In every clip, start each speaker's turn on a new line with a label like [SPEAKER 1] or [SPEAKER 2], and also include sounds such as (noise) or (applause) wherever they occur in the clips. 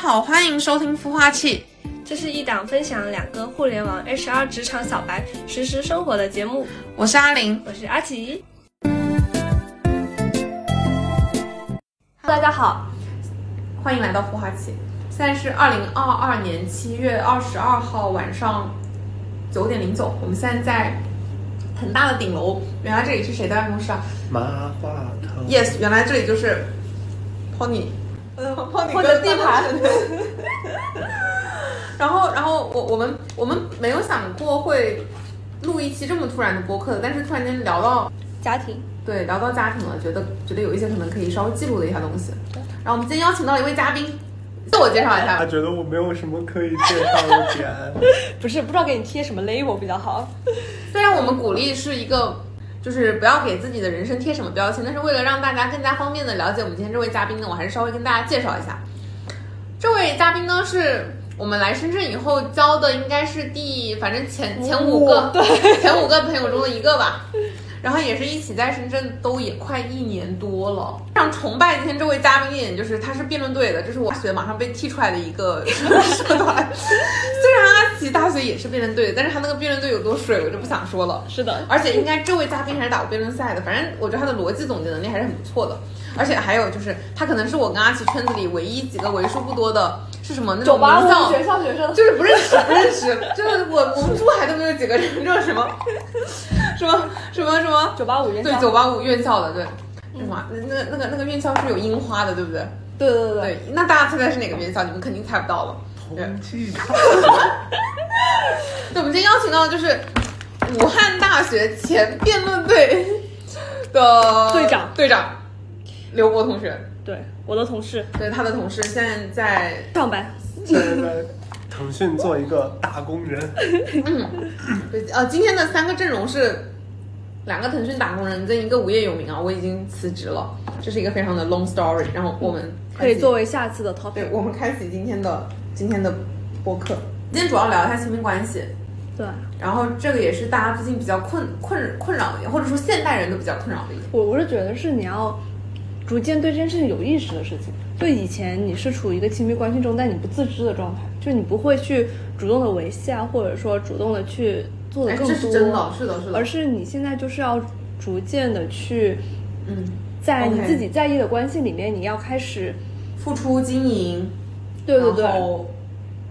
[SPEAKER 1] 好，欢迎收听孵化器。
[SPEAKER 2] 这是一档分享两个互联网 HR 职场小白实时生活的节目。
[SPEAKER 1] 我是阿玲，
[SPEAKER 2] 我是阿奇。大家好，
[SPEAKER 3] 欢迎来到孵化器。现在是二零二二年七月二十二号晚上九点零九，我们现在在恒大的顶楼。原来这里是谁的办公室啊
[SPEAKER 4] 麻花糖。
[SPEAKER 3] ？Yes，原来这里就是 Pony，呃，Pony 哥
[SPEAKER 2] 或者地盘。
[SPEAKER 3] (laughs) 然后，然后我我们我们没有想过会录一期这么突然的播客的，但是突然间聊到
[SPEAKER 2] 家庭
[SPEAKER 3] 对，聊到家庭了，觉得觉得有一些可能可以稍微记录的一下东西。然后我们今天邀请到了一位嘉宾，自我介绍一下
[SPEAKER 4] 他
[SPEAKER 3] 吧。
[SPEAKER 4] 觉得我没有什么可以介绍的点，
[SPEAKER 2] 不是不知道给你贴什么 label 比较好。
[SPEAKER 3] 虽然我们鼓励是一个，就是不要给自己的人生贴什么标签，但是为了让大家更加方便的了解我们今天这位嘉宾呢，我还是稍微跟大家介绍一下。这位嘉宾呢是我们来深圳以后交的，应该是第反正前前五个前五个朋友中的一个吧。然后也是一起在深圳都也快一年多了，非常崇拜今天这位嘉宾一点，就是他是辩论队的，这是我大学马上被踢出来的一个社团。虽然阿奇大学也是辩论队的，但是他那个辩论队有多水，我就不想说了。
[SPEAKER 2] 是的，
[SPEAKER 3] 而且应该这位嘉宾还是打过辩论赛的，反正我觉得他的逻辑总结能力还是很不错的。而且还有就是，他可能是我跟阿奇圈子里唯一几个为数不多的，是什么那种名校
[SPEAKER 2] 校学生
[SPEAKER 3] 就是不认识，不认识，就是我我们珠海都没有几个人，这种什么什么什么什么，
[SPEAKER 2] 九八五人
[SPEAKER 3] 对，九八五院校的，对，什么那那那个那个院校是有樱花的，对不对？
[SPEAKER 2] 对对对对，
[SPEAKER 3] 对，那大家猜猜是哪个院校？你们肯定猜不到了。
[SPEAKER 4] 同济大
[SPEAKER 3] 对，我们今天邀请到的就是武汉大学前辩论队的
[SPEAKER 2] 队长
[SPEAKER 3] 队长刘博同学，
[SPEAKER 2] 对我的同事
[SPEAKER 3] 对他的同事现在在
[SPEAKER 2] 上班，
[SPEAKER 4] 现在在腾讯做一个打工人，
[SPEAKER 3] 对，呃，今天的三个阵容是两个腾讯打工人跟一个无业游民啊，我已经辞职了，这是一个非常的 long story。然后我们开
[SPEAKER 2] 可
[SPEAKER 3] 启
[SPEAKER 2] 以作为下次的
[SPEAKER 3] 对
[SPEAKER 2] topic。
[SPEAKER 3] 我们开启今天的今天的播客，今天主要聊一下亲密关系，
[SPEAKER 2] 对，
[SPEAKER 3] 然后这个也是大家最近比较困困困扰的，或者说现代人都比较困扰的一点。
[SPEAKER 2] 我我是觉得是你要逐渐对这件事情有意识的事情。就以前你是处于一个亲密关系中，但你不自知的状态，就你不会去主动的维系啊，或者说主动的去做的
[SPEAKER 3] 哎，
[SPEAKER 2] 更
[SPEAKER 3] 这
[SPEAKER 2] 多，
[SPEAKER 3] 是真的，是的，是的
[SPEAKER 2] 而，是你现在就是要逐渐的去
[SPEAKER 3] 嗯，
[SPEAKER 2] 在你
[SPEAKER 3] OK
[SPEAKER 2] 自己在意的关系里面，你要开始，
[SPEAKER 3] 付出经营，
[SPEAKER 2] 对对对，
[SPEAKER 3] 然后，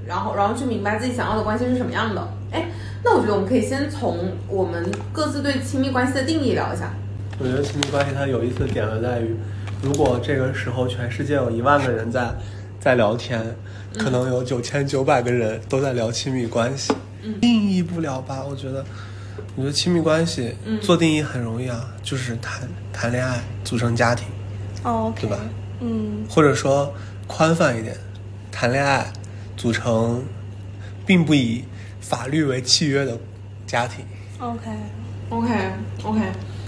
[SPEAKER 3] 然后，然后去明白自己想要的关系是什么样的。哎，那我觉得我们可以先从我们各自对亲密关系的定义聊一下。
[SPEAKER 4] 我觉得亲密关系它有意思的点就在于，如果这个时候全世界有一万个人在在聊天，可能有九千九百个人都在聊亲密关系，定义不了吧？我觉得，我觉得亲密关系
[SPEAKER 3] 嗯
[SPEAKER 4] 做定义很容易啊，就是谈谈恋爱，组成家庭，
[SPEAKER 2] 哦，OK，
[SPEAKER 4] 对吧？
[SPEAKER 2] 嗯，
[SPEAKER 4] 或者说宽泛一点，谈恋爱组成并不以法律为契约的家庭。
[SPEAKER 2] 哦 OK，
[SPEAKER 3] OK OK，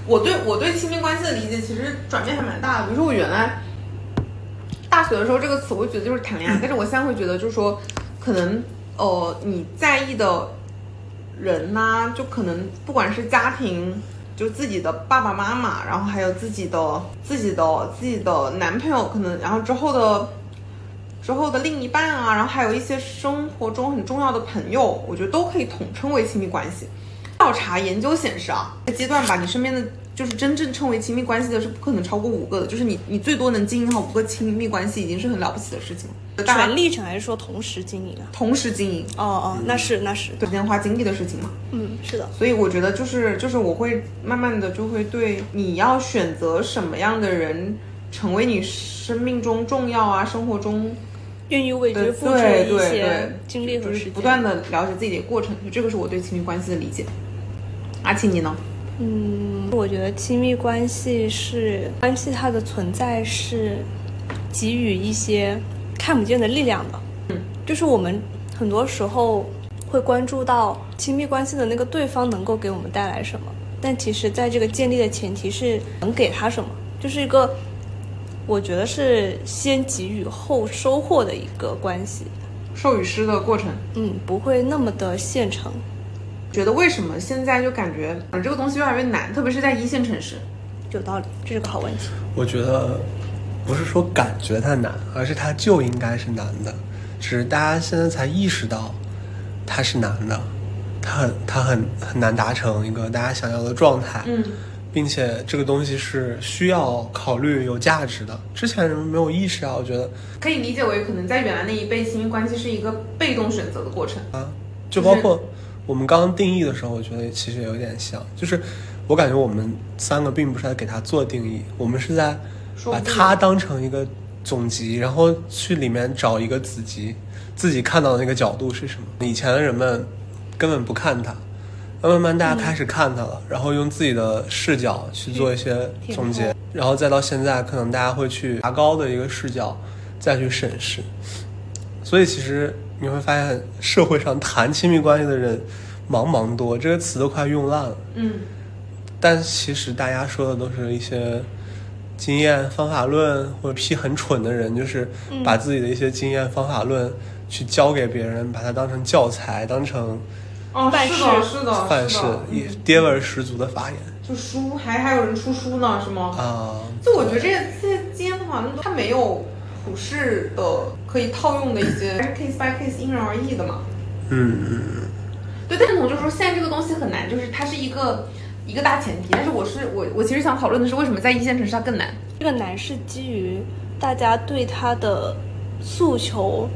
[SPEAKER 3] 我对我对亲密关系的理解其实转变还蛮大的。比如说我原来大学的时候，这个词我觉得就是谈
[SPEAKER 2] (laughs)
[SPEAKER 3] 恋爱，但是我现在会觉得就是说，可能呃你在意的人呐、就可能不管是家庭。就自己的爸爸妈妈，然后还有自己的自己的自己的男朋友，可能然后之后的之后的另一半啊，然后还有一些生活中很重要的朋友，我觉得都可以统称为亲密关系。调查研究显示啊，这个阶段把你身边的就是真正称为亲密关系的是不可能超过五个的，就是你你最多能经营好五个亲密关系已经是很了不起的事情了。大家
[SPEAKER 2] 历程还是说同时经营啊？
[SPEAKER 3] 同时经营，
[SPEAKER 2] 哦哦，那是那是，
[SPEAKER 3] 对，时间花精力的事情嘛。
[SPEAKER 2] 嗯，是的，
[SPEAKER 3] 所以我觉得就是就是我会慢慢的就会对你要选择什么样的人成为你生命中重要啊，生活中
[SPEAKER 2] 愿意为
[SPEAKER 3] 对
[SPEAKER 2] 之付出
[SPEAKER 3] 对
[SPEAKER 2] 一
[SPEAKER 3] 对
[SPEAKER 2] 些
[SPEAKER 3] 对，
[SPEAKER 2] 精力和
[SPEAKER 3] 就
[SPEAKER 2] 时
[SPEAKER 3] 是
[SPEAKER 2] 间，
[SPEAKER 3] 不断的了解自己的过程，就这个是我对亲密关系的理解。阿庆，你呢？
[SPEAKER 2] 嗯，我觉得亲密关系是关系，它的存在是给予一些看不见的力量的。
[SPEAKER 3] 嗯，
[SPEAKER 2] 就是我们很多时候会关注到亲密关系的那个对方能够给我们带来什么，但其实在这个建立的前提是能给他什么，就是一个我觉得是先给予后收获的一个关系。
[SPEAKER 3] 授予师的过程。
[SPEAKER 2] 嗯，不会那么的现成。
[SPEAKER 3] 觉得为什么现在就感觉呃这个东西越来越难，特别是在一线城市。
[SPEAKER 2] 有道理，这是个好问题。
[SPEAKER 4] 我觉得不是说感觉它难，而是它就应该是难的。只是大家现在才意识到它是难的，它很它很很难达成一个大家想要的状态，
[SPEAKER 3] 嗯，
[SPEAKER 4] 并且这个东西是需要考虑有价值的。之前人们没有意识到，我觉得
[SPEAKER 3] 可以理解为可能在原来那一辈，亲密关系是一个被动选择的过
[SPEAKER 2] 嗯
[SPEAKER 3] 程。
[SPEAKER 4] 啊，就
[SPEAKER 3] 就是
[SPEAKER 4] 包括我们刚刚定义的时候，我觉得其实有点像，就是我感觉我们三个并不是在给它做定义，我们是在
[SPEAKER 3] 说
[SPEAKER 4] 把
[SPEAKER 3] 不定
[SPEAKER 4] 它当成一个总集，然后去里面找一个子集，自己看到的那个角度是什么。以前的人们根本不看它。那慢慢大
[SPEAKER 3] 嗯
[SPEAKER 4] 家开始看它了，然后用自己的视角去做一些
[SPEAKER 2] 填
[SPEAKER 4] 总结
[SPEAKER 2] 充，
[SPEAKER 4] 然后再到现在，可能大家会去拔高的一个视角再去审视。所以其实你会发现，社会上谈亲密关系的人茫茫多，这个词都快用烂了。
[SPEAKER 3] 嗯，
[SPEAKER 4] 但其实大家说的都是一些经验方法论，或者批很蠢的人，就是
[SPEAKER 3] 嗯
[SPEAKER 4] 把自己的一些经验方法论去教给别人，把它当成教材，当成
[SPEAKER 3] 哦，
[SPEAKER 2] 范
[SPEAKER 3] 是的，
[SPEAKER 2] 式
[SPEAKER 3] 是的，嗯
[SPEAKER 4] 范式
[SPEAKER 3] 是的，，
[SPEAKER 4] 也爹味儿十足的发言
[SPEAKER 3] 就书还还有人出书呢，是吗？
[SPEAKER 4] 啊。
[SPEAKER 3] 就我觉得这这些经验的话，它没有普世的可以套用的一些，还是 case by case 因人而异的嘛。
[SPEAKER 4] 嗯嗯。
[SPEAKER 3] 对，但是我就说现在这个东西很难，就是它是一个一个大前提。但是我是我我其实想讨论的是，为什么在一线城市它更难？
[SPEAKER 2] 这个难是基于大家对它的诉求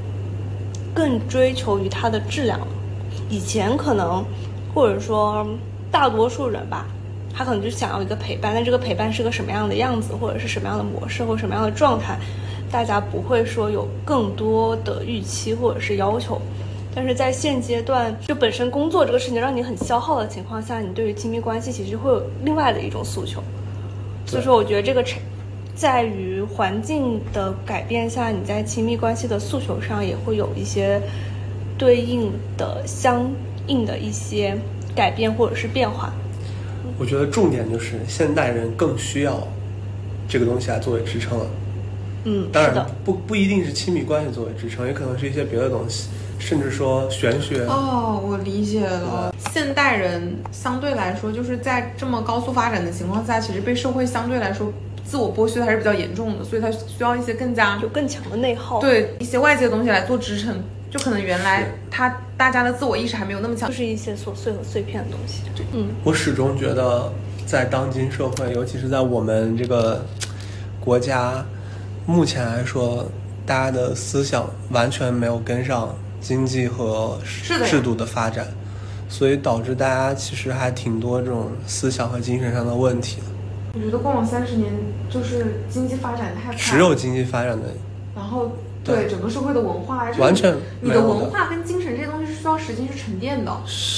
[SPEAKER 2] 更追求于它的质量了。以前可能或者说嗯大多数人吧，他可能就想要一个陪伴，但这个陪伴是个什么样的样子，或者是什么样的模式，或者什么样的状态，大家不会说有更多的预期或者是要求。但是在现阶段，就本身工作这个事情让你很消耗的情况下，你对于亲密关系其实会有另外的一种诉求。所以说，我觉得这个差在于环境的改变下，你在亲密关系的诉求上也会有一些对应的相应的一些改变或者是变化。
[SPEAKER 4] 嗯我觉得重点就是现代人更需要这个东西来作为支撑了。
[SPEAKER 2] 嗯，
[SPEAKER 4] 当
[SPEAKER 2] 是
[SPEAKER 4] 然
[SPEAKER 2] 的，
[SPEAKER 4] 不不一定是亲密关系作为支撑，也可能是一些别的东西，甚至说玄学。
[SPEAKER 3] 哦，我理解了。现代人相对来说，就是在这么高速发展的情况下，其实被社会相对来说自我剥削还是比较严重的，所以他需要一些更加
[SPEAKER 2] 有更强的内耗。，
[SPEAKER 3] 对一些外界的东西来做支撑。就可能原来
[SPEAKER 4] 是
[SPEAKER 3] 他大家的自我意识还没有那么强
[SPEAKER 2] 就，是一些琐碎和碎片的东西。嗯，
[SPEAKER 4] 我始终觉得，在当今社会，尤其是在我们这个国家，目前来说，大家的思想完全没有跟上经济和
[SPEAKER 3] 是的呀
[SPEAKER 4] 制度的发展，所以导致大家其实还挺多这种思想和精神上的问题的。
[SPEAKER 3] 我觉得过往三十年就是经济发展太快，
[SPEAKER 4] 只有经济发展的
[SPEAKER 3] 然后
[SPEAKER 4] 对
[SPEAKER 3] 对整个社会的文化，就是
[SPEAKER 4] 完全
[SPEAKER 3] 啊你
[SPEAKER 4] 没
[SPEAKER 3] 的
[SPEAKER 4] 有
[SPEAKER 3] 文化跟精神这些东西是需要时间去沉淀的。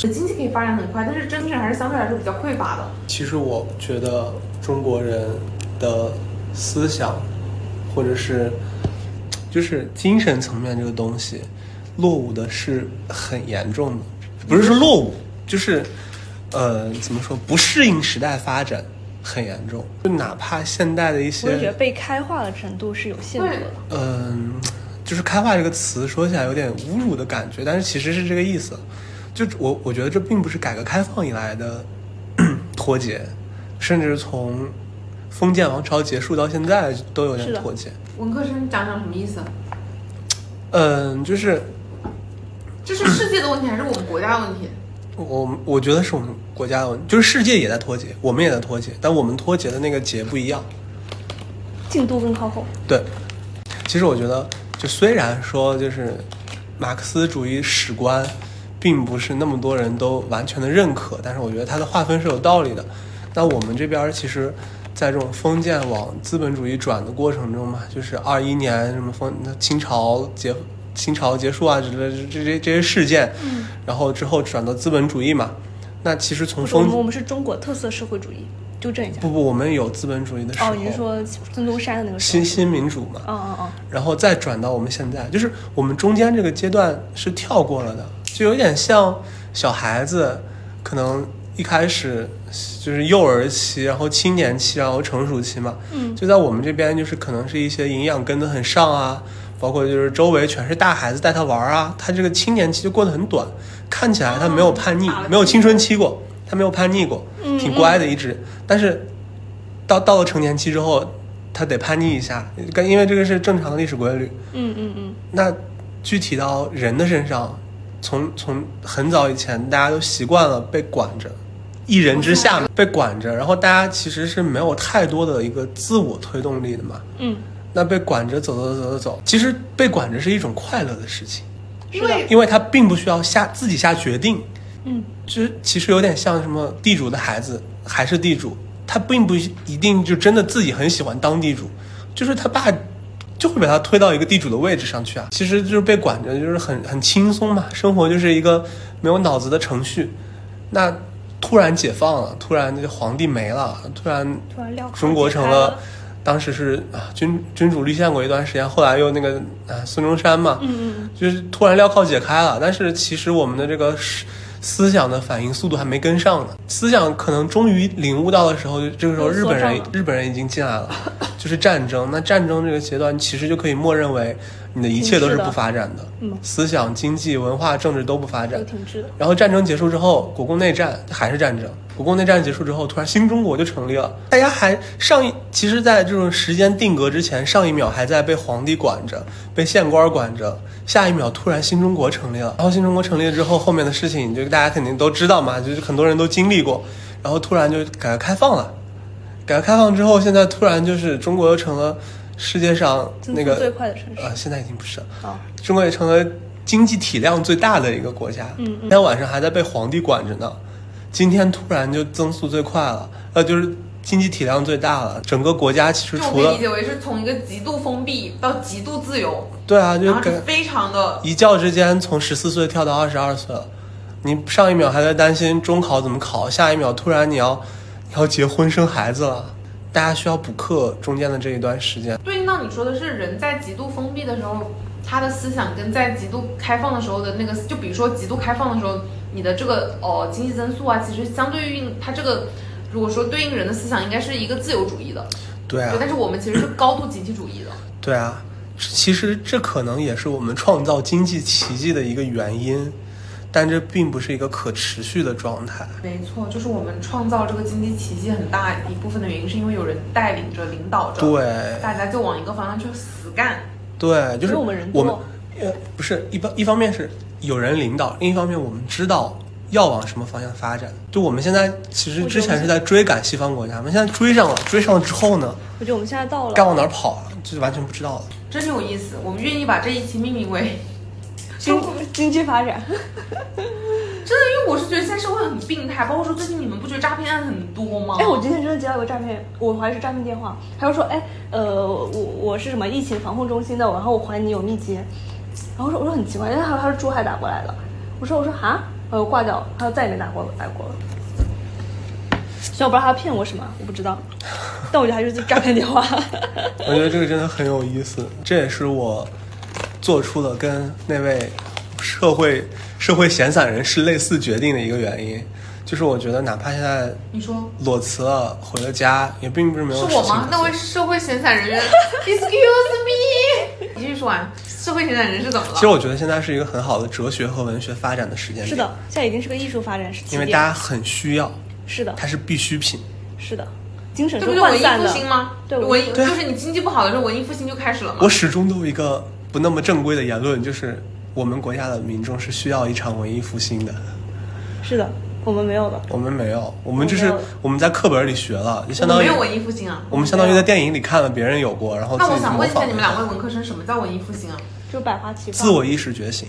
[SPEAKER 3] 你的经济可以发展很快，但是精神还是相对来说比较匮乏的。
[SPEAKER 4] 其实我觉得中国人的思想，或者是就是精神层面这个东西，落伍的是很严重的，不是说落伍，就是呃怎么说不适应时代发展很严重，就哪怕现代的一
[SPEAKER 2] 我就觉得
[SPEAKER 4] 些
[SPEAKER 2] 被开化的程度是有限度的。
[SPEAKER 4] 嗯、就是“开化”这个词说起来有点侮辱的感觉，但是其实是这个意思。就我我觉得这并不是改革开放以来的 (clears throat) 脱节，甚至从封建王朝结束到现在都有点
[SPEAKER 2] 是的
[SPEAKER 4] 脱节。
[SPEAKER 3] 文科生讲讲什么意思？
[SPEAKER 4] 嗯、就是
[SPEAKER 3] 这是世界的问题还是我们国家的问题？
[SPEAKER 4] 我我觉得是我们国家的问题，就是世界也在脱节，我们也在脱节，但我们脱节的那个节不一样。
[SPEAKER 2] 进度更靠后。
[SPEAKER 4] 对，其实我觉得，就虽然说就是马克思主义史观，并不是那么多人都完全的认可，但是我觉得它的划分是有道理的。那我们这边儿其实，在这种封建往资本主义转的过程中嘛，就是二一年什么封清朝结清朝结束啊之类的这这这些事件，
[SPEAKER 2] 嗯
[SPEAKER 4] 然后之后转到资本主义嘛，那其实从
[SPEAKER 2] 我说我们我
[SPEAKER 4] 封
[SPEAKER 2] 们是中国特色社会主义，纠正一下。
[SPEAKER 4] 不不，我们有资本主义的时候，
[SPEAKER 2] 哦，你是说孙中山的那个时
[SPEAKER 4] 新
[SPEAKER 2] 候？
[SPEAKER 4] 新民主嘛？
[SPEAKER 2] 哦哦哦，
[SPEAKER 4] 然后再转到我们现在，就是我们中间这个阶段是跳过了的，就有点像小孩子，可能一开始就是幼儿期，然后青年期，然后成熟期嘛。
[SPEAKER 2] 嗯
[SPEAKER 4] 就在我们这边，就是可能是一些营养跟得很上啊，包括就是周围全是大孩子带他玩啊，他这个青年期就过得很短，看起来他没有叛逆
[SPEAKER 3] 打了，
[SPEAKER 4] 没有青春期过，他没有叛逆过，
[SPEAKER 2] 嗯
[SPEAKER 4] 挺乖的一直，但是到到了成年期之后，他得叛逆一下，跟因为这个是正常的历史规律。
[SPEAKER 2] 嗯嗯嗯，
[SPEAKER 4] 那具体到人的身上，从从很早以前大家都习惯了被管着，一人之下
[SPEAKER 2] 嗯
[SPEAKER 4] 被管着，然后大家其实是没有太多的一个自我推动力的嘛。
[SPEAKER 2] 嗯，
[SPEAKER 4] 那被管着走走走走走，其实被管着是一种快乐的事情，
[SPEAKER 3] 因为
[SPEAKER 4] 因为他并不需要下自己下决定。
[SPEAKER 2] 嗯，
[SPEAKER 4] 就是其实有点像什么地主的孩子还是地主，他并不一定就真的自己很喜欢当地主，就是他爸就会把他推到一个地主的位置上去啊。其实就是被管着，就是很很轻松嘛，生活就是一个没有脑子的程序。那突然解放了，突然这皇帝没了，突然
[SPEAKER 2] 突然料
[SPEAKER 4] 中国成了。当时是啊君君主立宪过一段时间，后来又那个啊孙中山嘛，
[SPEAKER 2] 嗯
[SPEAKER 4] 就是突然镣铐解开了，但是其实我们的这个思思想的反应速度还没跟上呢，思想可能终于领悟到的时候，就这个时候
[SPEAKER 2] 嗯
[SPEAKER 4] 日本人
[SPEAKER 2] 缩上了
[SPEAKER 4] 日本人已经进来了，就是战争。那战争这个阶段，其实就可以默认为你的一切都是不发展的，
[SPEAKER 2] 嗯
[SPEAKER 4] 思想、经济、文化、政治都不发
[SPEAKER 2] 嗯，
[SPEAKER 4] 展
[SPEAKER 2] 都。停滞的。
[SPEAKER 4] 然后战争结束之后，国共内战还是战争。国共内战结束之后，突然新中国就成立了。大家还上一，其实，在这种时间定格之前，上一秒还在被皇帝管着，被县官管着，下一秒突然新中国成立了。然后新中国成立了之后，后面的事情就大家肯定都知道嘛，就是很多人都经历过。然后突然就改革开放了，改革开放之后，现在突然就是中国又成了世界上
[SPEAKER 2] 增
[SPEAKER 4] 那
[SPEAKER 2] 速
[SPEAKER 4] 个
[SPEAKER 2] 最快的城市
[SPEAKER 4] 呃，现在已经不是了。
[SPEAKER 2] 啊，
[SPEAKER 4] 中国也成了经济体量最大的一个国家。
[SPEAKER 2] 嗯
[SPEAKER 4] 那天晚上还在被皇帝管着呢，今天突然就增速最快了，呃，就是经济体量最大了。整个国家其实
[SPEAKER 3] 这我
[SPEAKER 4] 除
[SPEAKER 3] 可以
[SPEAKER 4] 了
[SPEAKER 3] 理解为是从一个极度封闭到极度自由，
[SPEAKER 4] 对啊，就
[SPEAKER 3] 然后
[SPEAKER 4] 感
[SPEAKER 3] 是非常的
[SPEAKER 4] 一觉之间从十四岁跳到二十二岁了。你上一秒还在担心中考怎么考，下一秒突然你要你要结婚生孩子了，大家需要补课中间的这一段时间。
[SPEAKER 3] 对应到你说的是，人在极度封闭的时候，他的思想跟在极度开放的时候的那个，就比如说极度开放的时候，你的这个呃经济增速啊，其实相对应它这个，如果说对应人的思想，应该是一个自由主义的，
[SPEAKER 4] 对啊
[SPEAKER 3] 对，，但是我们其实是高度集体主义的，
[SPEAKER 4] 对啊，其实这可能也是我们创造经济奇迹的一个原因，但这并不是一个可持续的状态。
[SPEAKER 3] 没错，就是我们创造这个经济奇迹很大一部分的原因，是因为有人带领着、领导着，，
[SPEAKER 4] 对，
[SPEAKER 3] 大家就往一个方向去死干，
[SPEAKER 4] 对，就是
[SPEAKER 2] 因为我们人
[SPEAKER 4] 我们
[SPEAKER 2] 多
[SPEAKER 4] 呃，不是一方一方面是有人领导，另一方面我们知道要往什么方向发展。就我们现在其实
[SPEAKER 2] 我觉得
[SPEAKER 4] 之
[SPEAKER 2] 我
[SPEAKER 4] 前
[SPEAKER 2] 们
[SPEAKER 4] 是在追赶西方国家，我们现在追上了，追上了之后呢，
[SPEAKER 2] 我觉得我们现在到
[SPEAKER 4] 该
[SPEAKER 2] 了
[SPEAKER 4] 往哪儿跑啊？这就完全不知道了。
[SPEAKER 3] 真有意思。我们愿意把这一期命名为 (laughs)
[SPEAKER 2] 经经济发展，
[SPEAKER 3] 真的，因为我是觉得现在社会很病态，包括说最近你们不觉得诈骗案很多吗？
[SPEAKER 2] 哎，我之前真的接到一个诈骗，我还是诈骗电话，他就说，哎，呃，我我是什么疫情防控中心的，然后我还你有密接，然后我说我说很奇怪，因为他他是珠海打过来的，我说我说哈，然后挂掉了，他就再也没打过来过了。虽然我不知道他骗我什么，我不知道，但我觉得还是诈骗电话。
[SPEAKER 4] 我觉得这个真的很有意思，这也是我做出了跟那位社会社会闲散人士类似决定的一个原因，就是我觉得哪怕现在
[SPEAKER 3] 你说
[SPEAKER 4] 裸辞了，回了家，也并不是没有
[SPEAKER 3] 是
[SPEAKER 4] 事情
[SPEAKER 3] 我
[SPEAKER 4] 可
[SPEAKER 3] 吗
[SPEAKER 4] 做？
[SPEAKER 3] 那位社会闲散人员，excuse me，你继续说完。社会闲散人是怎么
[SPEAKER 4] 其实
[SPEAKER 3] 了？
[SPEAKER 4] 我觉得现在是一个很好的哲学和文学发展的时间点，
[SPEAKER 2] 是的，，现在已经是个艺术发展时期
[SPEAKER 4] 因为大
[SPEAKER 2] 点，
[SPEAKER 4] 家很需要，
[SPEAKER 2] 是的，
[SPEAKER 4] 它是必需品。
[SPEAKER 2] 是的，精神
[SPEAKER 3] 这
[SPEAKER 2] 是
[SPEAKER 3] 不就文
[SPEAKER 2] 涣
[SPEAKER 3] 艺
[SPEAKER 2] 散
[SPEAKER 3] 复
[SPEAKER 2] 的。
[SPEAKER 3] 兴吗？
[SPEAKER 2] 对
[SPEAKER 3] 文艺
[SPEAKER 4] 对啊
[SPEAKER 3] 就是你经济不好的时候，文艺复兴就开始了嘛
[SPEAKER 4] 我。始终都有一个不那么正规的言论，就是我们国家的民众是需要一场文艺复兴的。
[SPEAKER 2] 是的，我们没有了。
[SPEAKER 4] 我们没有，我们就
[SPEAKER 2] 我
[SPEAKER 4] 是
[SPEAKER 2] 没有
[SPEAKER 4] 我们在课本里学了，就
[SPEAKER 3] 我
[SPEAKER 4] 相
[SPEAKER 3] 们没
[SPEAKER 4] 当于
[SPEAKER 3] 有文艺复兴啊。
[SPEAKER 4] 我们相当于在电影里看了别人有过，然后自
[SPEAKER 3] 那我
[SPEAKER 4] 己
[SPEAKER 3] 想
[SPEAKER 4] 模
[SPEAKER 3] 问一下
[SPEAKER 4] 仿
[SPEAKER 3] 你们两位文科生，什么叫文艺复兴啊？
[SPEAKER 2] 就百花齐放，
[SPEAKER 4] 自我意识觉醒。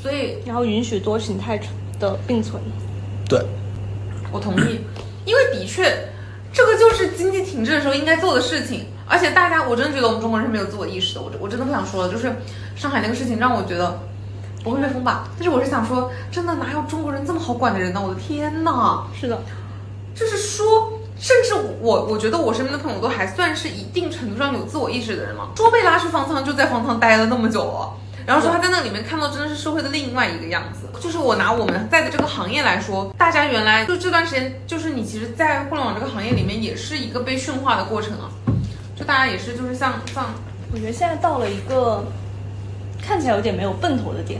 [SPEAKER 3] 所以
[SPEAKER 2] 然后允许多形态的并存。
[SPEAKER 4] 对，
[SPEAKER 3] 我同意，因为的确，这个就是经济停滞的时候应该做的事情。而且大家，我真的觉得我们中国人是没有自我意识的。我我真的不想说了，就是上海那个事情让我觉得我会被封吧。但是我是想说，真的哪有中国人这么好管的人呢？我的天呐！
[SPEAKER 2] 是的，
[SPEAKER 3] 就是说，甚至我我觉得我身边的朋友都还算是一定程度上有自我意识的人嘛。说被拉去方舱，就在方舱待了那么久了。然后说他在那里面看到真的是社会的另外一个样子，就是我拿我们在的这个行业来说，大家原来就这段时间，就是你其实，在互联网这个行业里面也是一个被驯化的过程啊，就大家也是就是像像
[SPEAKER 2] 我觉得现在到了一个看起来有点没有奔头的点。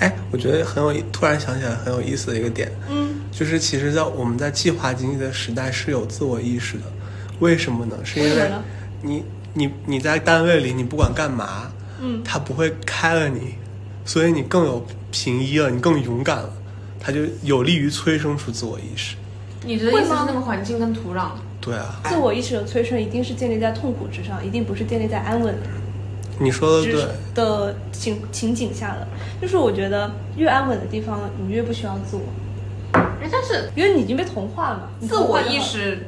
[SPEAKER 4] 哎，我觉得很有，突然想起来很有意思的一个点，
[SPEAKER 2] 嗯，
[SPEAKER 4] 就是其实，在我们在计划经济的时代是有自我意识的，为什么呢？是因
[SPEAKER 2] 为
[SPEAKER 4] 为
[SPEAKER 2] 什么呢
[SPEAKER 4] 你你你在单位里，你不管干嘛，
[SPEAKER 2] 嗯
[SPEAKER 4] 他不会开了你，所以你更有平一了，你更勇敢了，它就有利于催生出自我意识。
[SPEAKER 3] 你的意
[SPEAKER 2] 会
[SPEAKER 3] 思是
[SPEAKER 2] 吗
[SPEAKER 3] 那个环境跟土壤？
[SPEAKER 4] 对啊，
[SPEAKER 2] 自我意识的催生一定是建立在痛苦之上，一定不是建立在安稳
[SPEAKER 4] 你说的
[SPEAKER 2] 之
[SPEAKER 4] 对，
[SPEAKER 2] 的情情景下的。就是我觉得越安稳的地方，你越不需要自我，
[SPEAKER 3] 哎，但是
[SPEAKER 2] 因为你已经被同化了嘛。你
[SPEAKER 3] 自
[SPEAKER 2] 同化
[SPEAKER 3] 我
[SPEAKER 2] 就好
[SPEAKER 3] 意识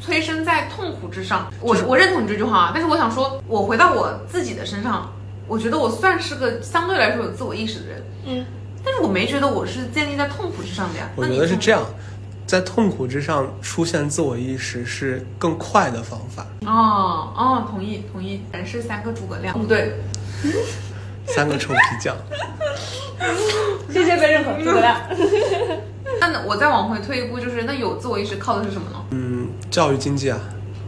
[SPEAKER 3] 催生在痛苦之上。我我认同你这句话啊，但是我想说，我回到我自己的身上，我觉得我算是个相对来说有自我意识的人，
[SPEAKER 2] 嗯，
[SPEAKER 3] 但是我没觉得我是建立在痛苦之上的呀。
[SPEAKER 4] 我
[SPEAKER 3] 那
[SPEAKER 4] 觉
[SPEAKER 3] 你
[SPEAKER 4] 得是这
[SPEAKER 3] 样
[SPEAKER 4] 样，在痛苦之上出现自我意识是更快的方法。
[SPEAKER 3] 哦哦，同意同意，人是三个诸葛
[SPEAKER 4] 嗯
[SPEAKER 3] 亮，不对，
[SPEAKER 4] 三个臭皮匠，
[SPEAKER 2] 谢谢被认可，诸葛亮。
[SPEAKER 3] 那我再往回退一步，就是那有自我意识靠的是什么呢？
[SPEAKER 4] 嗯，教育经济啊，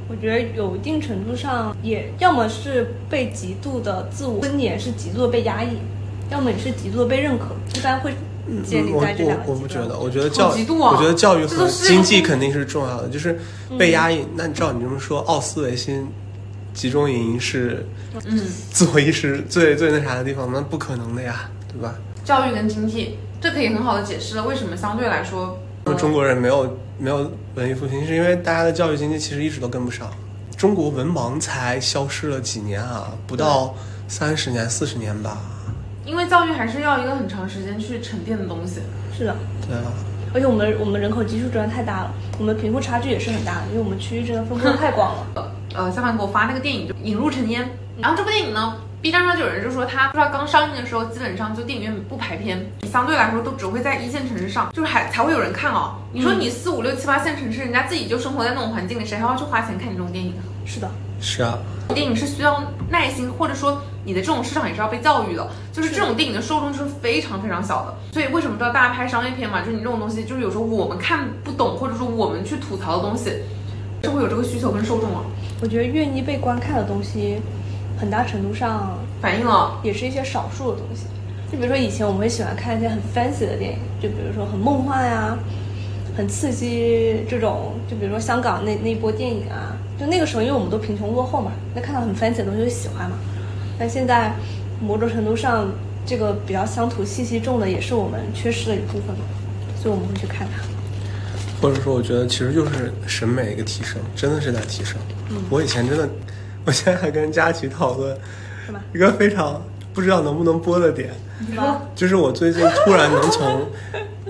[SPEAKER 2] 我觉得有一定程度上也要么是被极度的自我尊严是极度的被压抑，要么你是极度的被认可，一般会建
[SPEAKER 4] 嗯
[SPEAKER 2] 立
[SPEAKER 4] 我
[SPEAKER 2] 在这两
[SPEAKER 4] 我
[SPEAKER 2] 个
[SPEAKER 4] 我
[SPEAKER 2] 极
[SPEAKER 4] 不觉
[SPEAKER 2] 端
[SPEAKER 4] 得，我觉得教
[SPEAKER 3] 好
[SPEAKER 4] 育，
[SPEAKER 3] 极度啊
[SPEAKER 4] 我觉得教育
[SPEAKER 3] 这嗯都
[SPEAKER 4] 和
[SPEAKER 3] 是
[SPEAKER 4] 经济肯定是重要的，就是被压抑。那你照你这么说，奥斯维辛集中营是
[SPEAKER 3] 嗯，
[SPEAKER 4] 自我意识最最那啥的地方，那不可能的呀，对吧？
[SPEAKER 3] 教育跟经济，这可以很好的解释了为什么相对来说，呃
[SPEAKER 4] 中国人没有没有文艺复兴，是因为大家的教育经济其实一直都跟不上。中国文盲才消失了几年啊，不到三十年、四十年吧。
[SPEAKER 3] 因为教育还是要一个很长时间去沉淀的东西。
[SPEAKER 2] 是的，
[SPEAKER 4] 对啊，
[SPEAKER 2] 而且我们我们人口基数真的太大了，我们贫富差距也是很大的，因为我们区域真的分布得太广了。 (laughs)
[SPEAKER 3] 呃，小凡给我发那个电影就《引入尘烟》，然后这部电影呢，B 站上就有人就说它，不知道刚上映的时候，基本上就电影院不排片，相对来说都只会在一线城市上，就是还才会有人看哦。你说你四五六七八线城市，人家自己就生活在那种环境里，谁还要去花钱看你这种电影啊？
[SPEAKER 2] 是的，
[SPEAKER 4] 是啊，
[SPEAKER 3] 电影是需要耐心，或者说你的这种市场也是要被教育的，就是这种电影的受众是非常非常小的。所以为什么知道大家拍商业片嘛？就是你这种东西，就是有时候我们看不懂，或者说我们去吐槽的东西，是会有这个需求跟受众啊，
[SPEAKER 2] 我觉得愿意被观看的东西，很大程度上
[SPEAKER 3] 反映了
[SPEAKER 2] 也是一些少数的东西。就比如说以前我们会喜欢看一些很 fancy 的电影，就比如说很梦幻啊，很刺激这种，就比如说香港那那一波电影啊，就那个时候因为我们都贫穷落后嘛，那看到很 fancy 的东西就喜欢嘛。但现在某种程度上，这个比较乡土气息重的也是我们缺失的一部分嘛，所以我们会去看它。
[SPEAKER 4] 或者说我觉得其实就是审美一个提升，真的是在提升。我以前真的，我现在还跟佳琪讨论
[SPEAKER 2] 是吗
[SPEAKER 4] 一个非常不知道能不能播的点，
[SPEAKER 2] 是吧？
[SPEAKER 4] 就是我最近突然能从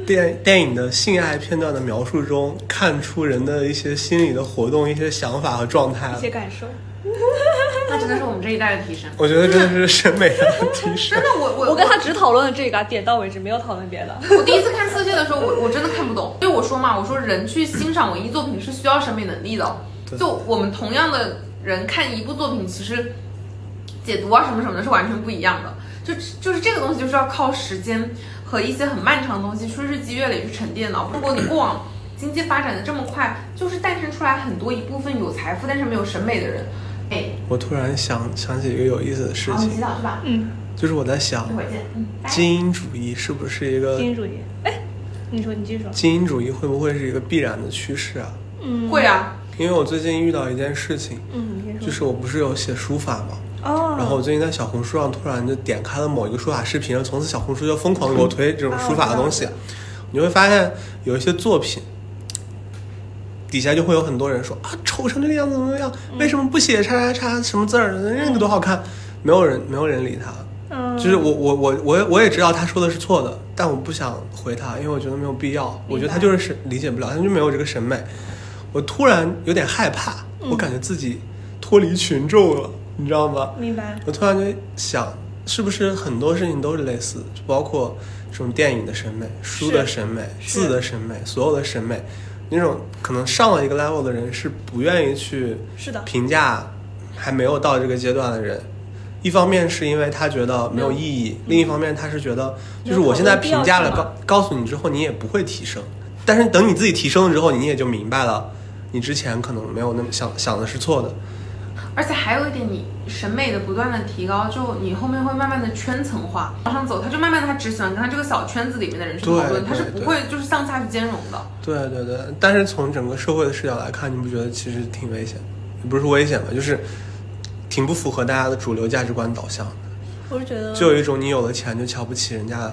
[SPEAKER 4] 电电影的性爱片段的描述中看出人的一些心理的活动、一些想法和状态
[SPEAKER 2] 一。些感受。
[SPEAKER 3] 那真的是我们这一代的提升。
[SPEAKER 4] 我觉得真的是审美上的提升
[SPEAKER 3] 真。的，我我
[SPEAKER 2] 我跟他只讨论了这个啊，点到为止，没有讨论别的。
[SPEAKER 3] 我第一次看《色戒》的时候，我我真的看不懂。对我说嘛，我说人去欣赏文艺作品是需要审美能力的。
[SPEAKER 4] 对
[SPEAKER 3] 就我们同样的人看一部作品，其实解读啊什么什么的是完全不一样的。就就是这个东西就是要靠时间和一些很漫长的东西去日积月累去沉淀的。如果你过往经济发展的这么快，就是诞生出来很多一部分有财富但是没有审美的人。哎，
[SPEAKER 4] 我突然想想起一个有意思的事
[SPEAKER 3] 好，你
[SPEAKER 4] 情，
[SPEAKER 3] 洗澡去吧，
[SPEAKER 2] 嗯，
[SPEAKER 4] (laughs) 就是我在想
[SPEAKER 3] 一，会儿见。嗯，拜。
[SPEAKER 4] 精英主义是不是一个
[SPEAKER 2] 金主义。哎，你说，你继续说。
[SPEAKER 4] 精英主义会不会是一个必然的趋势啊？
[SPEAKER 2] 嗯，
[SPEAKER 3] 会啊，
[SPEAKER 4] 因为我最近遇到一件事情，
[SPEAKER 2] 嗯，你先说。
[SPEAKER 4] 就是我不是有写书法嘛，
[SPEAKER 2] 哦，
[SPEAKER 4] 然后我最近在小红书上突然就点开了某一个书法视频，从此小红书就疯狂地给我推这种书法的东西。你会发现有一些作品底下就会有很多人说啊，丑成这个样子怎么怎么样，为什么不写叉叉叉什么字儿？那个多好看，没有人没有人理他。
[SPEAKER 2] 嗯，
[SPEAKER 4] 就是我我我我也我也知道他说的是错的，但我不想回他，因为我觉得没有必要。我觉得他就是是理解不了，他就没有这个审美。我突然有点害怕，
[SPEAKER 2] 嗯
[SPEAKER 4] 我感觉自己脱离群众了，你知道吗？
[SPEAKER 2] 明白。
[SPEAKER 4] 我突然就想，是不是很多事情都是类似，就包括这种电影的审美、书的审美、
[SPEAKER 2] 是
[SPEAKER 4] 字的审美、所有的审美，那种可能上了一个 level 的人是不愿意去
[SPEAKER 2] 是的，
[SPEAKER 4] 评价还没有到这个阶段的人。一方面是因为他觉得没有意义，另一方面他是觉得，就是我现在评价了
[SPEAKER 2] 没有讨论
[SPEAKER 4] 告告诉你之后，你也不会提升，但是等你自己提升了之后，你也就明白了，你之前可能没有那么想想的是错的。
[SPEAKER 3] 而且还有一点，你审美的不断的提高，就你后面会慢慢的圈层化，往上走，他就慢慢的他只喜欢跟他这个小圈子里面的人去讨
[SPEAKER 4] 对
[SPEAKER 3] 论，他是
[SPEAKER 4] 对
[SPEAKER 3] 不
[SPEAKER 4] 对
[SPEAKER 3] 会就是向下去兼容的。
[SPEAKER 4] 对对对，但是从整个社会的视角来看，你不觉得其实挺危险？也不是说危险吧，就是挺不符合大家的主流价值观导向的。
[SPEAKER 2] 我是觉得
[SPEAKER 4] 就有一种你有了钱就瞧不起人家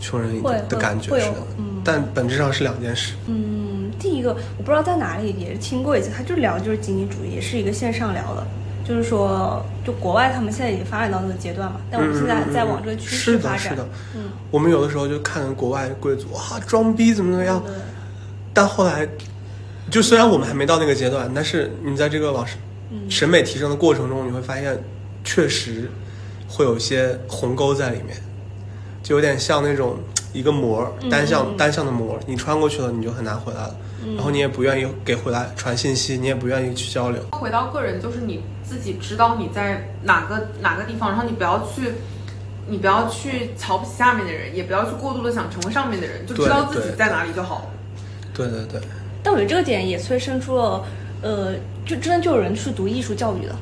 [SPEAKER 4] 穷人
[SPEAKER 2] 嗯会
[SPEAKER 4] 的
[SPEAKER 2] 会
[SPEAKER 4] 感觉
[SPEAKER 2] 会
[SPEAKER 4] 似
[SPEAKER 2] 有
[SPEAKER 4] 的
[SPEAKER 2] 嗯，
[SPEAKER 4] 但本质上是两件事。
[SPEAKER 2] 嗯，第一个我不知道在哪里也是听过一次，他就聊就是经济主义，也是一个线上聊的，就是说就国外他们现在已经发展到那个阶段嘛，但我们现在
[SPEAKER 4] 嗯嗯嗯
[SPEAKER 2] 在往这个趋势
[SPEAKER 4] 是的
[SPEAKER 2] 发
[SPEAKER 4] 是
[SPEAKER 2] 展
[SPEAKER 4] 的，
[SPEAKER 2] 嗯，
[SPEAKER 4] 我们有的时候就看国外贵族啊装逼怎么怎么样，
[SPEAKER 2] 对
[SPEAKER 4] 但后来就虽然我们还没到那个阶段，但是你在这个往
[SPEAKER 2] 嗯
[SPEAKER 4] 审美提升的过程中，你会发现确实会有一些鸿沟在里面，就有点像那种一个膜
[SPEAKER 2] 嗯
[SPEAKER 4] 儿单向、单向的膜儿，你穿过去了你就很难回来了，
[SPEAKER 2] 嗯
[SPEAKER 4] 然后你也不愿意给回来传信息，你也不愿意去交流。
[SPEAKER 3] 回到个人，就是你自己知道你在哪个哪个地方，然后你不要去，你不要去瞧不起下面的人，也不要去过度的想成为上面的人，就知道
[SPEAKER 4] 对
[SPEAKER 3] 自己
[SPEAKER 4] 对
[SPEAKER 3] 在哪里就好了。
[SPEAKER 4] 对对对，
[SPEAKER 2] 但我觉得这个点也催生出了，呃，就真的就有人去读艺术教育的，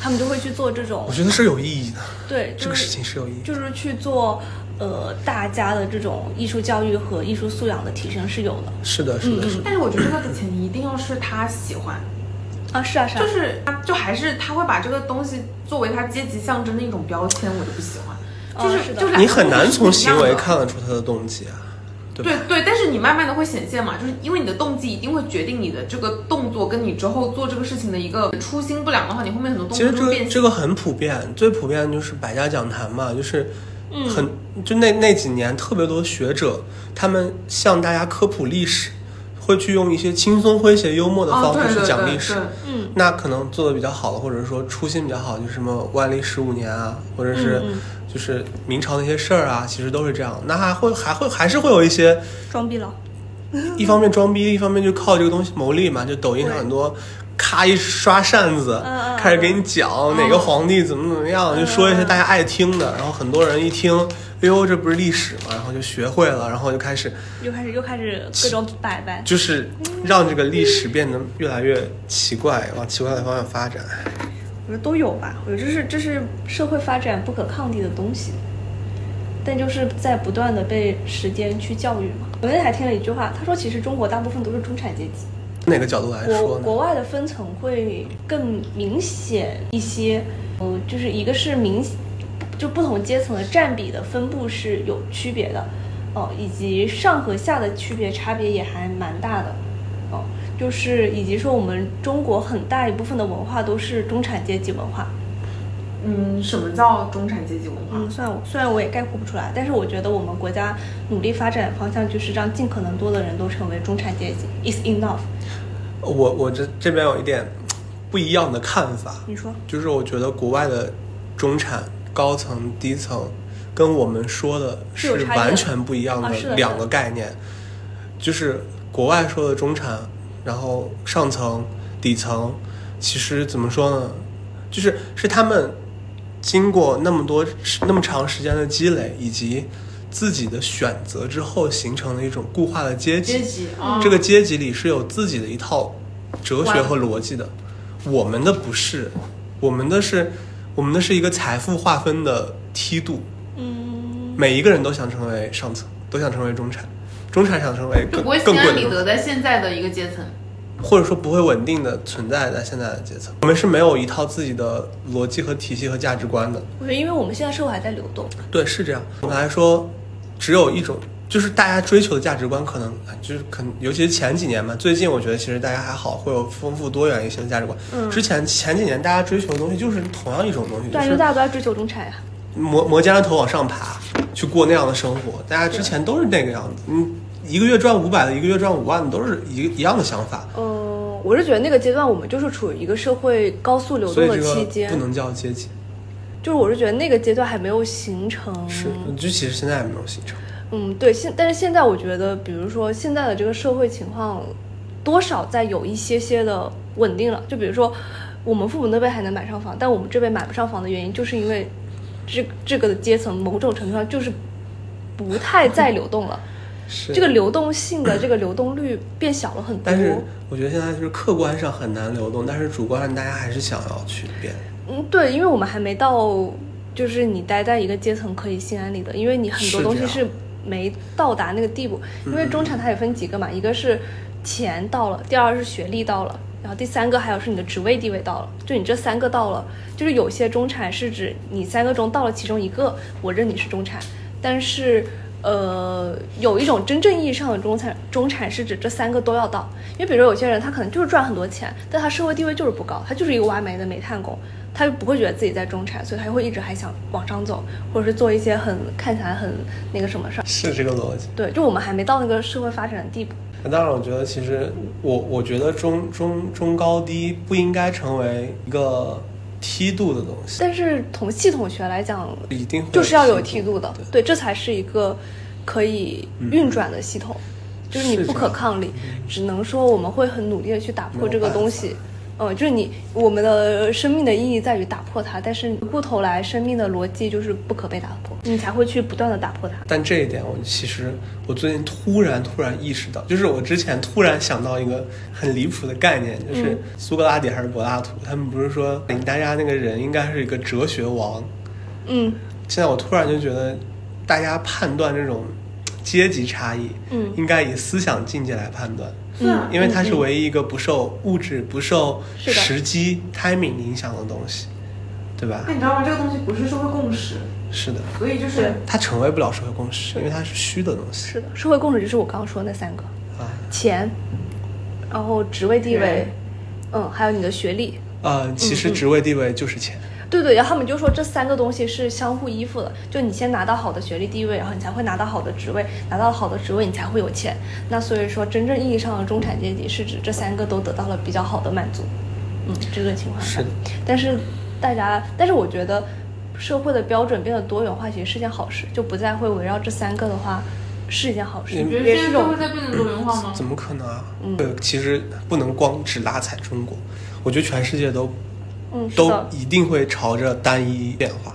[SPEAKER 2] 他们就会去做这种
[SPEAKER 4] 我觉得是有意义的，
[SPEAKER 2] 对，
[SPEAKER 4] 哦这
[SPEAKER 2] 就
[SPEAKER 4] 个事
[SPEAKER 2] 是
[SPEAKER 4] 情是有意义的。
[SPEAKER 2] 就是去做呃大家的这种艺术教育和艺术素养的提升是有的
[SPEAKER 4] 是的，是的，
[SPEAKER 2] 嗯
[SPEAKER 4] 是的。
[SPEAKER 3] 但是我觉得那个前提一定要是他喜欢，
[SPEAKER 2] 啊，是啊是啊，
[SPEAKER 3] 就是就还是他会把这个东西作为他阶级象征的一种标签，我就不喜欢。就
[SPEAKER 2] 哦是的
[SPEAKER 3] 就是
[SPEAKER 4] 你很难从行为
[SPEAKER 3] 看。
[SPEAKER 4] 看得出他的动机啊，对吧？
[SPEAKER 3] 对对，但是你慢慢的会显现嘛，就是因为你的动机一定会决定你的这个动作跟你之后做这个事情的一个初心不良的话，你后面很多动
[SPEAKER 4] 其
[SPEAKER 3] 作
[SPEAKER 4] 实
[SPEAKER 3] 就
[SPEAKER 4] 这
[SPEAKER 3] 会
[SPEAKER 4] 个
[SPEAKER 3] 变
[SPEAKER 4] 这
[SPEAKER 3] 形。
[SPEAKER 4] 个很普遍，最普遍就是百家讲坛嘛，就是
[SPEAKER 3] 嗯
[SPEAKER 4] 很、就那那几年特别多学者，他们向大家科普历史，会去用一些轻松诙谐、幽默的
[SPEAKER 3] 哦，
[SPEAKER 4] 方
[SPEAKER 3] 对
[SPEAKER 4] 式
[SPEAKER 3] 对
[SPEAKER 4] 去讲
[SPEAKER 3] 对
[SPEAKER 4] 历史。
[SPEAKER 3] 对，
[SPEAKER 2] 嗯
[SPEAKER 4] 那可能做的比较好的，或者说初心比较好，就是什么万历十五年啊，或者是
[SPEAKER 2] 嗯嗯
[SPEAKER 4] 就是明朝那些事儿啊，其实都是这样。那还会还会还是会有一些
[SPEAKER 2] 装逼佬，
[SPEAKER 4] 一方面装逼，一方面就靠这个东西牟利嘛。就抖音上
[SPEAKER 2] 对
[SPEAKER 4] 很多，咔一刷扇子
[SPEAKER 2] 嗯嗯，哦嗯
[SPEAKER 4] 开始给你讲哪个皇帝怎么怎么样，就说一些大家爱听的。然后很多人一听，哎呦，这不是历史嘛，然后就学会了，然后就开始
[SPEAKER 2] 又开始又开始各种摆摆，
[SPEAKER 4] 就是让这个历史变得越来越奇怪，往奇怪的方向发展。
[SPEAKER 2] 我觉得都有吧。我觉得这是这是社会发展不可抗力的东西，但就是在不断的被时间去教育嘛。我那天还听了一句话，他说其实中国大部分都是中产阶级，
[SPEAKER 4] 哪个角度来
[SPEAKER 2] 国
[SPEAKER 4] 说
[SPEAKER 2] 国
[SPEAKER 4] 呢？
[SPEAKER 2] 外的分层会更明显一些，嗯，就是一个是明，就不同阶层的占比的分布是有区别的，哦，以及上和下的区别差别也还蛮大的，哦，就是以及说我们中国很大一部分的文化都是中产阶级文化，
[SPEAKER 3] 嗯，什么叫中产阶级文化？
[SPEAKER 2] 嗯，虽然我虽然我也概括不出来，但是我觉得我们国家努力发展的方向就是让尽可能多的人都成为中产阶级，is enough，
[SPEAKER 4] 我我这这边有一点不一样的看法。
[SPEAKER 2] 你说，
[SPEAKER 4] 就是我觉得国外的中产、高层、低层，跟我们说的
[SPEAKER 2] 是
[SPEAKER 4] 是
[SPEAKER 2] 有差异的
[SPEAKER 4] 完全不一样
[SPEAKER 2] 啊是的是的
[SPEAKER 4] 两个概念。就是国外说的中产，然后上层、底层，其实怎么说呢？就是是他们经过那么多那么长时间的积累，以及自己的选择之后形成的一种固化的阶级。
[SPEAKER 3] 阶级啊，
[SPEAKER 4] 这个阶级里是有自己的一套哲学和逻辑的，我们的不是，我们的是，我们的是一个财富划分的梯度，
[SPEAKER 2] 嗯。
[SPEAKER 4] 每一个人都想成为上层，都想成为中产，中产想成为
[SPEAKER 3] 就
[SPEAKER 4] 更
[SPEAKER 3] 不会
[SPEAKER 4] 更
[SPEAKER 3] 心安
[SPEAKER 4] 贵
[SPEAKER 3] 理
[SPEAKER 4] 的
[SPEAKER 3] 得在现在的一个阶层。
[SPEAKER 4] 或者说不会稳定的存在在现在的阶层。我们是没有一套自己的逻辑和体系和价值观的，
[SPEAKER 2] 我觉得，因为我们现在社会还在流动，
[SPEAKER 4] 对，是这样。我们来说，只有一种，就是大家追求的价值观，可能呃就是可能，尤其是前几年嘛，最近我觉得其实大家还好，会有丰富多元一些的价值观。
[SPEAKER 2] 嗯
[SPEAKER 4] 之前前几年大家追求的东西就是同样一种东西，
[SPEAKER 2] 对啊，因
[SPEAKER 4] 就是
[SPEAKER 2] 为大家都在追求中产呀、
[SPEAKER 4] 磨磨尖了头往上爬，去过那样的生活。大家之前都是那个样子，嗯，一个月赚五百的，一个月赚五万的，都是一一样的想法。
[SPEAKER 2] 呃，我是觉得那个阶段我们就是处于一个社会高速流
[SPEAKER 4] 所
[SPEAKER 2] 动
[SPEAKER 4] 以
[SPEAKER 2] 的
[SPEAKER 4] 这
[SPEAKER 2] 期
[SPEAKER 4] 个
[SPEAKER 2] 间，
[SPEAKER 4] 不能叫阶级，
[SPEAKER 2] 就是我是觉得那个阶段还没有形成。
[SPEAKER 4] 是，就其实现在也没有形成。
[SPEAKER 2] 嗯，对，现但是现在我觉得，比如说现在的这个社会情况，多少在有一些些的稳定了。就比如说，我们父母那辈还能买上房，但我们这辈买不上房的原因，就是因为这这个阶层某种程度上就是不
[SPEAKER 4] (laughs)
[SPEAKER 2] 太再流动了，
[SPEAKER 4] 是
[SPEAKER 2] 这个流动性的这个流动率变小了很多。
[SPEAKER 4] 但是我觉得现在就是客观上很难流动，但是主观上大家还是想要去变。
[SPEAKER 2] 嗯，对，因为我们还没到，就是你待在一个阶层可以心安理得，因为你很多
[SPEAKER 4] 是
[SPEAKER 2] 东
[SPEAKER 4] 这
[SPEAKER 2] 西
[SPEAKER 4] 样嗯
[SPEAKER 2] 是没到达那个地步。因为中产它也分几个嘛，一个是钱到了，第二是学历到了，然后第三个还有是你的职位地位到了，就你这三个到了，就是有些中产是指你三个中到了其中一个，我认你是中产，但是呃，有一种真正意义上的中产，中产是指这三个都要到，因为比如说有些人他可能就是赚很多钱，但他社会地位就是不高，他就是一个挖煤的煤炭工，他就不会觉得自己在中产，所以他就会一直还想往上走，或者是做一些很看起来很那个什么事儿。
[SPEAKER 4] 是这个逻辑。
[SPEAKER 2] 对，就我们还没到那个社会发展的地步。
[SPEAKER 4] 那当然，我觉得其实我我觉得中中中高低不应该成为一个梯度的东西，
[SPEAKER 2] 但是从系统学来讲，
[SPEAKER 4] 一定会
[SPEAKER 2] 就是要有梯度的
[SPEAKER 4] 对，嗯
[SPEAKER 2] 对，这才是一个可以运转的系统，就是你
[SPEAKER 4] 是
[SPEAKER 2] 不
[SPEAKER 4] 这
[SPEAKER 2] 可
[SPEAKER 4] 样嗯
[SPEAKER 2] 抗力，只能说我们会很努力的去打
[SPEAKER 4] 没
[SPEAKER 2] 破
[SPEAKER 4] 有
[SPEAKER 2] 这个
[SPEAKER 4] 办法
[SPEAKER 2] 东西。嗯，就是你我们的生命的意义在于打破它，但是回过头来，生命的逻辑就是不可被打破，你才会去不断的打破它。
[SPEAKER 4] 但这一点，我其实我最近突然突然意识到，就是我之前突然想到一个很离谱的概念，就是
[SPEAKER 2] 嗯
[SPEAKER 4] 苏格拉底还是柏拉图，他们不是说大家那个人应该是一个哲学王？
[SPEAKER 2] 嗯
[SPEAKER 4] 现在我突然就觉得，大家判断这种阶级差异，
[SPEAKER 2] 嗯
[SPEAKER 4] 应该以思想境界来判断。
[SPEAKER 3] 是啊，
[SPEAKER 4] 嗯因为它是唯一一个不受物质、不受
[SPEAKER 2] 是的
[SPEAKER 4] 时机、timing 影响的东西，对吧
[SPEAKER 3] 那？你知道吗？这个东西不是社会共识，
[SPEAKER 4] 是的，
[SPEAKER 3] 所以就
[SPEAKER 2] 对
[SPEAKER 3] 是
[SPEAKER 4] 它成为不了社会共识，因为它是虚的东西
[SPEAKER 2] 是的，社会共识就是我刚刚说的那三个：
[SPEAKER 4] 啊。
[SPEAKER 2] 钱，然后职位地位
[SPEAKER 3] 对，
[SPEAKER 2] 嗯，还有你的学历。
[SPEAKER 4] 呃，其实职位地位就是钱，
[SPEAKER 2] 对对，然后他们就说这三个东西是相互依附的，就你先拿到好的学历地位，然后你才会拿到好的职位，拿到好的职位你才会有钱。那所以说，真正意义上的中产阶级是指这三个都得到了比较好的满足。嗯，这个情况下
[SPEAKER 4] 是的，
[SPEAKER 2] 但是大家，但是我觉得社会的标准变得多元化，其实是件好事，就不再会围绕这三个的话是一件好事。
[SPEAKER 4] 你
[SPEAKER 3] 你觉得
[SPEAKER 2] 别
[SPEAKER 3] 现在
[SPEAKER 2] 这
[SPEAKER 3] 社
[SPEAKER 2] 种
[SPEAKER 3] 会在变得多元化吗？
[SPEAKER 4] 怎么可能啊？
[SPEAKER 2] 嗯
[SPEAKER 4] 对，其实不能光只拉踩中国，我觉得全世界都
[SPEAKER 2] 嗯，是
[SPEAKER 4] 都
[SPEAKER 2] 的，
[SPEAKER 4] 一定会朝着单一变化，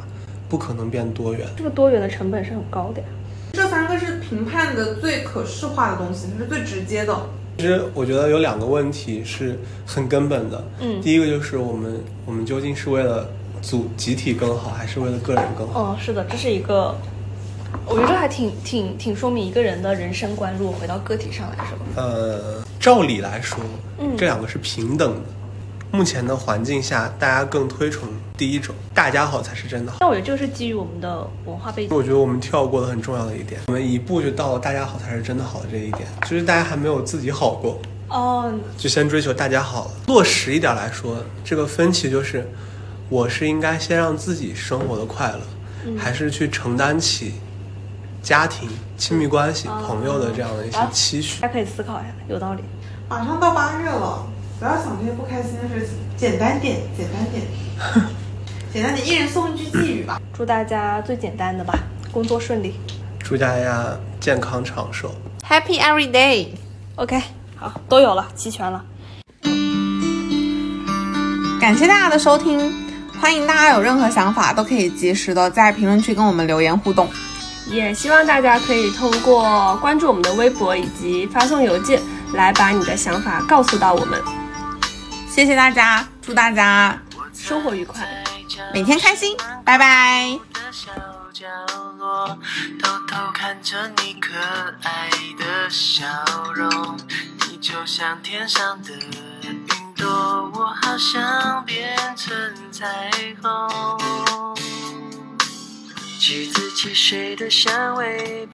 [SPEAKER 4] 不可能变多元。
[SPEAKER 2] 这个多元的成本是很高的呀。
[SPEAKER 3] 这三个是评判的最可视化的东西，它是最直接的。
[SPEAKER 4] 其实我觉得有两个问题是很根本的。
[SPEAKER 2] 嗯
[SPEAKER 4] 第一个就是我们我们究竟是为了组集体更好，还是为了个人更好？
[SPEAKER 2] 嗯，是的，这是一个，我觉得这还挺挺挺说明一个人的人生观，如果回到个体上来说，
[SPEAKER 4] 呃，照理来说，
[SPEAKER 2] 嗯
[SPEAKER 4] 这两个是平等的。目前的环境下，大家更推崇第一种，大家好才是真的好。
[SPEAKER 2] 但我觉得这个是基于我们的文化背景。
[SPEAKER 4] 我觉得我们跳过了很重要的一点，我们一步就到了大家好才是真的好的这一点，就是大家还没有自己好过。
[SPEAKER 2] 哦，
[SPEAKER 4] 就先追求大家好了。落实一点来说，这个分歧就是，我是应该先让自己生活的快乐，还是去承担起家庭、亲密关系、
[SPEAKER 2] 哦
[SPEAKER 4] 朋友的这样的一些
[SPEAKER 2] 啊
[SPEAKER 4] 期许？
[SPEAKER 2] 大家可以思考一下，有道理。
[SPEAKER 3] 马上到八月了，不要想这些不开心的事情，简单点，简单
[SPEAKER 1] (laughs)
[SPEAKER 3] 点，简单点，一人送一句寄语吧。
[SPEAKER 2] 祝大家最简单的吧，工作顺利。
[SPEAKER 4] 祝大家健康长寿。
[SPEAKER 1] Happy every day。
[SPEAKER 2] OK，好，都有了，齐全了。
[SPEAKER 1] 感谢大家的收听，欢迎大家有任何想法都可以及时的在评论区跟我们留言互动。
[SPEAKER 5] 也希望大家可以通过关注我们的微博以及发送邮件来把你的想法告诉到我们。
[SPEAKER 1] 谢谢大家，祝大家
[SPEAKER 5] 生活愉快。
[SPEAKER 1] 每天开心，拜拜。
[SPEAKER 6] 的小角落，偷偷看着你可爱的笑容。你就像天上的云朵，我好想变成彩虹。橘子汽水的香味。